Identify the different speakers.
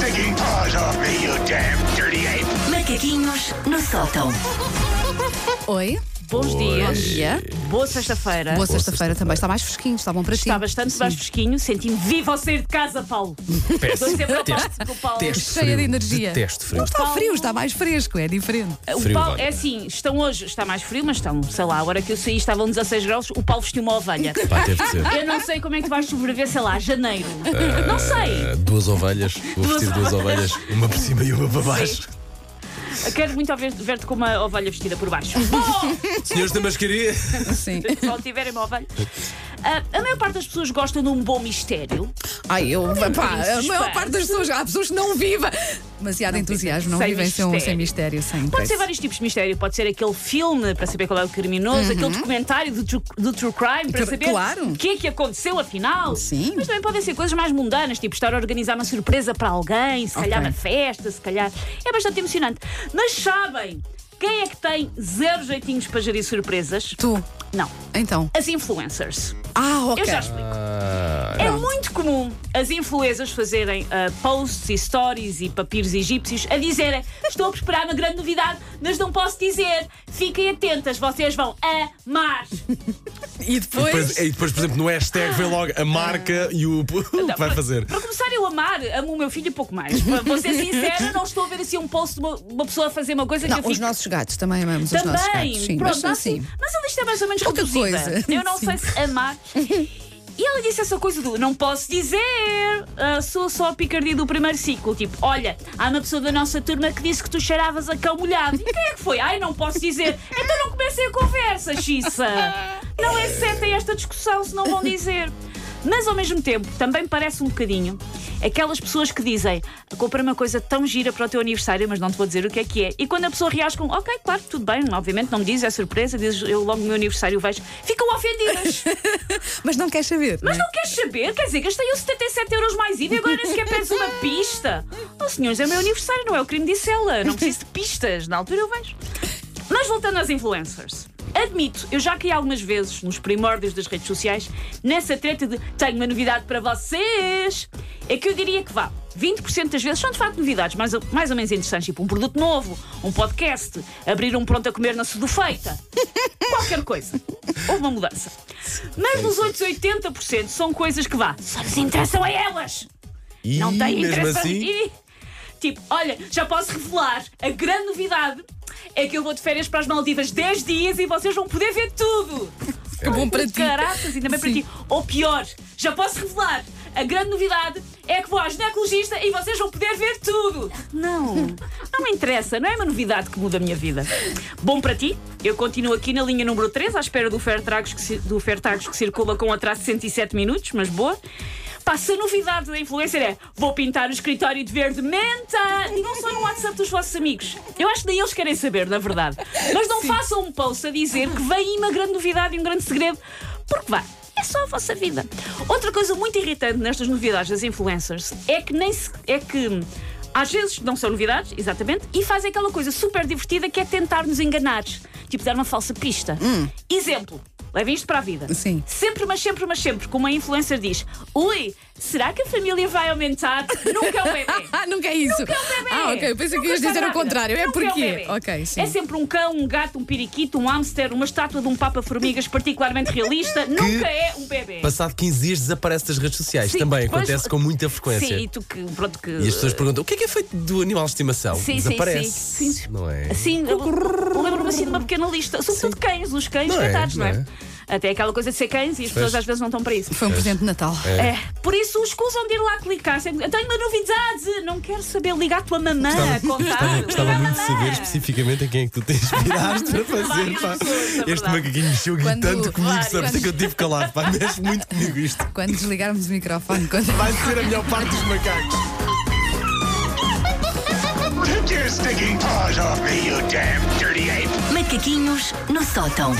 Speaker 1: taking paws off me, you damn dirty ape!
Speaker 2: Macaquinhos no sótão.
Speaker 3: Oi,
Speaker 4: Bons
Speaker 3: bom
Speaker 4: dias.
Speaker 3: dia.
Speaker 4: Boa sexta-feira.
Speaker 3: Boa sexta-feira também. Está mais fresquinho, está bom para ti.
Speaker 4: Está bastante mais fresquinho. Senti-me viva ao sair de casa, Paulo. Estou sempre a
Speaker 5: Detesto.
Speaker 4: parte com o Paulo.
Speaker 5: Detesto
Speaker 3: Cheia
Speaker 5: frio.
Speaker 3: de energia.
Speaker 5: Detesto frio.
Speaker 3: Não está frio, está mais fresco, é diferente.
Speaker 4: O
Speaker 5: Frio,
Speaker 4: Paulo,
Speaker 5: vai.
Speaker 4: é assim, estão hoje, está mais frio, mas estão, sei lá, a hora que eu saí estavam 16 graus, o Paulo vestiu uma ovelha.
Speaker 5: Pá, teve de ser. Ah,
Speaker 4: Eu não sei como é que tu vais sobreviver, sei lá, a janeiro. não sei.
Speaker 5: Ah, duas ovelhas. Vou vestir duas ovelhas. Uma por cima e uma para baixo.
Speaker 4: Quero muito ver- ver-te com uma ovelha vestida por baixo. Bom,
Speaker 5: Senhores da mascaria.
Speaker 3: Sim.
Speaker 4: se só tiverem uma ovelha. Ah, a maior parte das pessoas gostam de um bom mistério.
Speaker 3: Ai, eu, pá, a
Speaker 4: suspense.
Speaker 3: maior parte das pessoas, há pessoas que não vivem. Demasiado entusiasmo, não
Speaker 4: sem
Speaker 3: vivem sem, um- sem mistério, sem
Speaker 4: Pode ser
Speaker 3: interesse.
Speaker 4: vários tipos de mistério. Pode ser aquele filme para saber qual é o criminoso, aquele documentário do, tru- do True Crime para
Speaker 3: Cl-
Speaker 4: saber
Speaker 3: Uhum. claro.
Speaker 4: o que é que aconteceu afinal.
Speaker 3: Sim.
Speaker 4: Mas também podem ser coisas mais mundanas, tipo estar a organizar uma surpresa para alguém, se calhar
Speaker 3: Ok.
Speaker 4: uma festa, se calhar. É bastante emocionante. Mas sabem quem é que tem zero jeitinhos para gerir surpresas?
Speaker 3: Tu,
Speaker 4: Não.
Speaker 3: então.
Speaker 4: As influencers.
Speaker 3: Ah, ok.
Speaker 4: Eu já explico.
Speaker 5: Ah,
Speaker 4: É muito comum as influencers fazerem ah, posts e stories e papiros egípcios a dizerem estou a preparar uma grande novidade, mas não posso dizer. Fiquem atentas, vocês vão amar.
Speaker 3: E depois.
Speaker 5: Depois,
Speaker 4: é
Speaker 5: e depois, por exemplo, no hashtag vem logo a marca e o que vai fazer.
Speaker 4: Para começar, eu amar, amo o meu filho pouco mais. Para vou ser sincera, não estou a ver assim um post de uma, uma pessoa a fazer uma coisa que eu
Speaker 3: Não,
Speaker 4: fico...
Speaker 3: os nossos gatos também amamos os nossos
Speaker 4: Também,
Speaker 3: gatos. Sim,
Speaker 4: pronto, tá
Speaker 3: mas
Speaker 4: mas,
Speaker 3: assim.
Speaker 4: mas a lista é mais ou menos
Speaker 3: Pouca
Speaker 4: reduzida.
Speaker 3: coisa.
Speaker 4: Eu não
Speaker 3: Sim.
Speaker 4: sei se amar. E ela disse essa coisa do não posso dizer, ah, sou só a picardia do primeiro ciclo. Tipo, olha, há uma pessoa da nossa turma que disse que tu cheiravas a cão molhado. E quem é que foi? Ai, não posso dizer. Então não comecem a conversa, Xissa. Não aceitem esta discussão se não vão dizer. Mas ao mesmo tempo, também parece um bocadinho aquelas pessoas que dizem comprei uma coisa tão gira para o teu aniversário, mas não te vou dizer o que é que é. E quando a pessoa reage com ok, claro, tudo bem, obviamente não me dizes, é surpresa, dizes eu logo no meu aniversário vejo, ficam ofendidas.
Speaker 3: Mas não é? queres saber.
Speaker 4: Mas não queres saber? Quer dizer, gastei os 77 euros mais IVA e agora nem sequer pedes uma pista. Oh, senhores, é o meu aniversário, não é o crime de cela. Não preciso de pistas. Na altura eu vejo. Mas voltando às influencers. Admito, eu já caí algumas vezes nos primórdios das redes sociais nessa treta de tenho uma novidade para vocês. É que eu diria que vá. 20% das vezes são de facto novidades mais, ou- mais ou menos interessantes, tipo um produto novo, um podcast, abrir um pronto a comer na sudofeita qualquer coisa. Houve uma mudança. Mas nos outros 80% são coisas que vá, só nos interessam a elas.
Speaker 5: E
Speaker 4: Não tem
Speaker 5: mesmo
Speaker 4: interesse a
Speaker 5: assim.
Speaker 4: ti. Tipo, olha, já posso revelar. A grande novidade é que eu vou de férias para as Maldivas 10 dias e vocês vão poder ver tudo.
Speaker 3: É bom para ti.
Speaker 4: Caracas, ainda bem para
Speaker 3: Sim.
Speaker 4: ti. Ou pior, já posso revelar. A grande novidade é que vou à ginecologista e vocês vão poder ver tudo. Não, não me interessa, não é uma novidade que muda a minha vida. Bom para ti, eu continuo aqui na linha número 3, à espera do Fairtragos que, ci- do Fairtragos que circula com atraso de 107 minutos, mas boa. Passa a novidade da influencer é vou pintar o escritório de verde menta e não só no WhatsApp dos vossos amigos. Eu acho que nem eles querem saber, na verdade. Mas não façam um post a dizer que vem aí uma grande novidade e um grande segredo, porque vá. É só a vossa vida. Outra coisa muito irritante nestas novidades das influencers é que nem se, é que às vezes não são novidades, exatamente, e fazem aquela coisa super divertida que é tentar nos enganar, tipo dar uma falsa pista. Exemplo. Levem isto para a vida.
Speaker 3: Sim.
Speaker 4: Sempre, mas sempre, mas sempre, como uma influencer diz: Ui, será que a família vai aumentar? Nunca é um bebê.
Speaker 3: Ah, nunca é isso.
Speaker 4: Nunca é um bebê.
Speaker 3: Ah, ok. Pensei que
Speaker 4: Nunca
Speaker 3: ias dizer
Speaker 4: está
Speaker 3: o
Speaker 4: grávida.
Speaker 3: contrário. É
Speaker 4: Nunca um
Speaker 3: porque.
Speaker 4: bebê.
Speaker 3: Ok, sim.
Speaker 4: É sempre um cão, um gato, um periquito, um hamster, uma estátua de um papa-formigas particularmente realista. Nunca é um bebê.
Speaker 5: Passado 15 dias desaparece das redes sociais.
Speaker 4: Sim,
Speaker 5: Também
Speaker 4: depois-
Speaker 5: acontece com muita frequência.
Speaker 4: Sim, e tu que. Pronto, que.
Speaker 5: E as pessoas perguntam: o que é que é feito do animal de estimação?
Speaker 4: Sim, sim,
Speaker 5: Desaparece.
Speaker 4: sim, sim.
Speaker 5: Não é?
Speaker 4: Assim, eu- eu lembro-me assim de uma pequena lista. Sobretudo cães, os cães
Speaker 5: Não é,
Speaker 4: tratados, não, é,
Speaker 5: não
Speaker 4: Até aquela coisa de ser cães e as pessoas às vezes não estão para isso.
Speaker 3: Foi um presente de Natal.
Speaker 4: É, por isso escusam de ir lá clicar. Sempre, Eu tenho uma novidade, não quero saber ligar à tua mamã a É, contar. Liga
Speaker 5: Gostava
Speaker 4: à
Speaker 5: muito de
Speaker 4: mamã.
Speaker 5: saber especificamente a quem é que tu te inspiraste para fazer.
Speaker 4: Várias
Speaker 5: Pá.
Speaker 4: pessoas, na
Speaker 5: Este
Speaker 4: verdade.
Speaker 5: macaquinho mexeu
Speaker 3: Quando-
Speaker 5: tanto comigo,
Speaker 3: Várias.
Speaker 5: sabes? É que eu tive calado. Pá, mexe muito comigo isto.
Speaker 3: Quando desligarmos o microfone, quando.
Speaker 5: Vai ser a melhor parte dos macacos.
Speaker 1: Take your stinking paws off me, you damn dirty ape!
Speaker 2: Macaquinhos no sótão.